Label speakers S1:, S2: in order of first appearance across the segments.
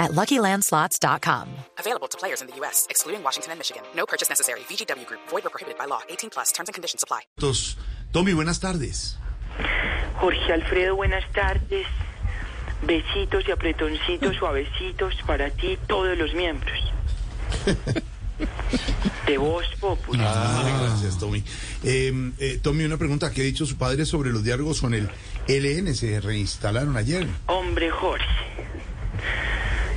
S1: at luckylandslots.com.
S2: Available to players in the U.S., excluding Washington and Michigan. No purchase necessary. VGW Group, void or prohibited by law. 18 plus terms and conditions apply.
S3: Tos- Tommy, buenas tardes.
S4: Jorge Alfredo, buenas tardes. Besitos y apretoncitos suavecitos para ti y todos los miembros. De vos, Populi.
S3: Ah. Gracias, Tommy. Eh, eh, Tommy, una pregunta. ¿Qué ha dicho su padre sobre los diálogos con el LN? Se reinstalaron ayer.
S4: Hombre Jorge,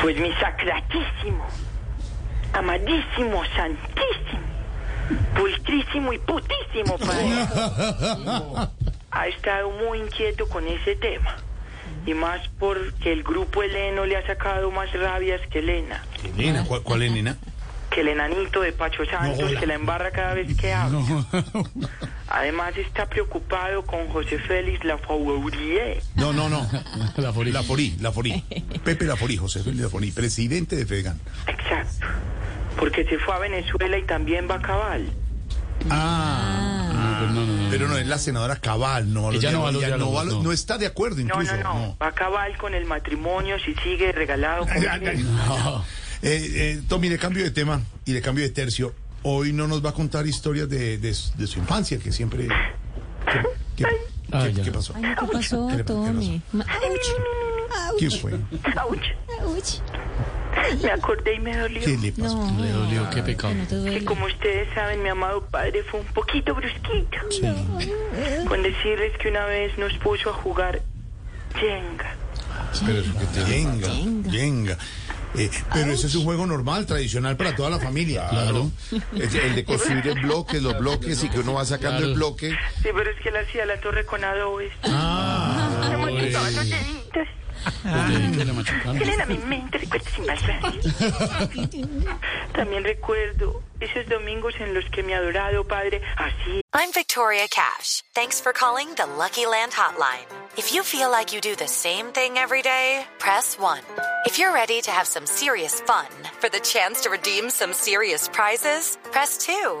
S4: pues mi sacratísimo, amadísimo, santísimo, pultrísimo y putísimo padre ha estado muy inquieto con ese tema. Y más porque el grupo Eleno le ha sacado más rabias que Elena.
S3: Elena, ¿cuál, cuál Elena?
S4: que el enanito de Pacho Santos
S3: hola.
S4: que la embarra cada vez que habla.
S3: No,
S4: Además está preocupado con José Félix Lafaurie,
S3: no, no. La Forí. La Forí, Pepe La Forí, José Félix La Forí, presidente de FEGAN.
S4: exacto, porque se fue a Venezuela y también va a Cabal.
S3: Ah. Pero no, es la senadora Cabal, no.
S5: Ella no va a los
S3: no,
S5: diálogos,
S3: va a los-
S5: no.
S3: no está de acuerdo
S4: No,
S3: incluso.
S4: no, no, va a Cabal con el matrimonio si sigue regalado. con-
S3: Eh, eh, Tommy, le cambio de tema y le cambio de tercio. Hoy no nos va a contar historias de, de su- de su infancia, que siempre... ¿Qué, qué-
S5: Ah,
S3: qué-
S5: ya.
S3: qué pasó?
S6: ¿Qué pasó,
S3: ¿Qué le- qué
S6: Tommy? Ma-
S3: ¿Qué fue?
S4: Ouch,
S6: Ouch.
S4: me acordé y me
S3: ¿Qué
S4: dolió.
S3: le pasó?
S6: No,
S5: Le dolió, qué pecado.
S6: no te
S4: Que
S6: duele.
S4: como ustedes saben, mi amado padre fue un poquito brusquito con decirles que una vez nos puso a jugar Jenga.
S3: Pero eso que te- Yenga, yenga. Eh, pero ese es un juego normal, tradicional para toda la familia. Claro.
S7: Es el de construir en bloques, los bloques y que uno va sacando el bloque.
S4: Sí, pero es que él hacía la torre con adobes.
S3: Ah,
S4: Se machucaba los deditos.
S5: Le machucaron.
S4: Vienen a mi mente recuerdos sin más También recuerdo esos domingos en los que mi adorado padre así
S1: I'm Victoria Cash. Thanks for calling the Lucky Land Hotline. If you feel like you do the same thing every day, press 1. If you're ready to have some serious fun for the chance to redeem some serious prizes, press 2.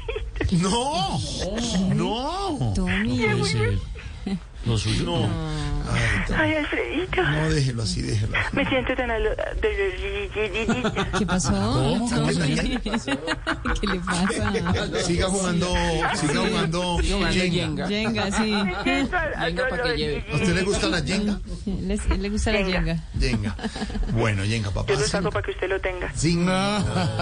S4: y nuestros huesitos.
S3: No, no,
S6: Tommy,
S5: Puede ser. Lo suyo. No.
S3: Ay, Tommy,
S4: Ay, Alfredito.
S3: no, déjelo así, déjelo. así.
S4: Me siento tan alo- de-
S6: ¿qué pasó?
S5: ¿Cómo? ¿Cómo, señor?
S6: Tommy? ¿Qué le pasa?
S3: Siga jugando, siga jugando. Yenga.
S6: Jenga, sí.
S4: Venga para que lleve.
S3: ¿A usted le gusta la yenga?
S6: ¿Le, le gusta la
S4: Jenga.
S6: Jenga?
S3: Yenga. Bueno, yenga, papá.
S4: Yo lo saco para que usted lo tenga.
S3: Sí, no,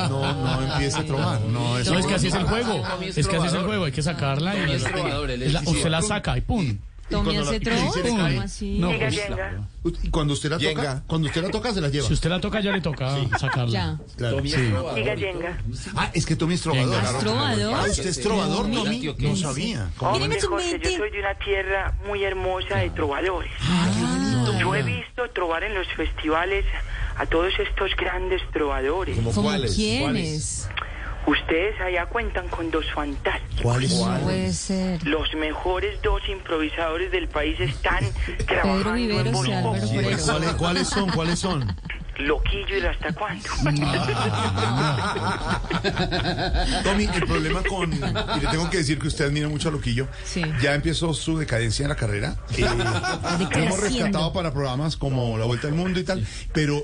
S3: no, no empiece a trobar. No, eso
S5: No, es que así es el juego. Es que así es el juego. Hay que sacarla. Y es la- usted la saca y pum.
S6: ¿Tommy hace troll? ¿Cómo así?
S5: No,
S4: Venga,
S5: pues,
S4: venga.
S3: Y cuando usted la toca,
S7: Yenga.
S3: cuando usted la toca se la lleva.
S5: si usted la toca, ya le toca
S6: Ya.
S5: sacarla.
S3: Claro, sí.
S4: Diga Yenga.
S3: Ah, es que Tommy es trovador.
S5: Yenga.
S3: Claro,
S6: ¿Es
S3: claro.
S6: trovador?
S3: Ah, usted es trovador, Tommy. No sabía.
S4: Hombre,
S6: Míreme su
S4: Jorge, yo
S6: mente.
S4: soy de una tierra muy hermosa de trovadores. Yo he visto trobar en los festivales a todos estos grandes trovadores.
S6: ¿Cómo quiénes?
S4: Ustedes allá cuentan con dos fantasmas.
S3: ¿Cuál es?
S6: Puede ser.
S4: Los mejores dos improvisadores del país están trabajando en
S6: Viveros
S4: Voz
S6: y Álvaro
S4: Populi.
S6: Forero.
S3: ¿Cuáles, ¿Cuáles son? ¿Cuáles son?
S4: Loquillo y hasta cuándo.
S3: Tommy, el problema con. Y le tengo que decir que usted admira mucho a Loquillo.
S6: Sí.
S3: Ya empezó su decadencia en la carrera. Eh, lo hemos
S6: Decreciendo.
S3: rescatado para programas como La Vuelta al Mundo y tal. Pero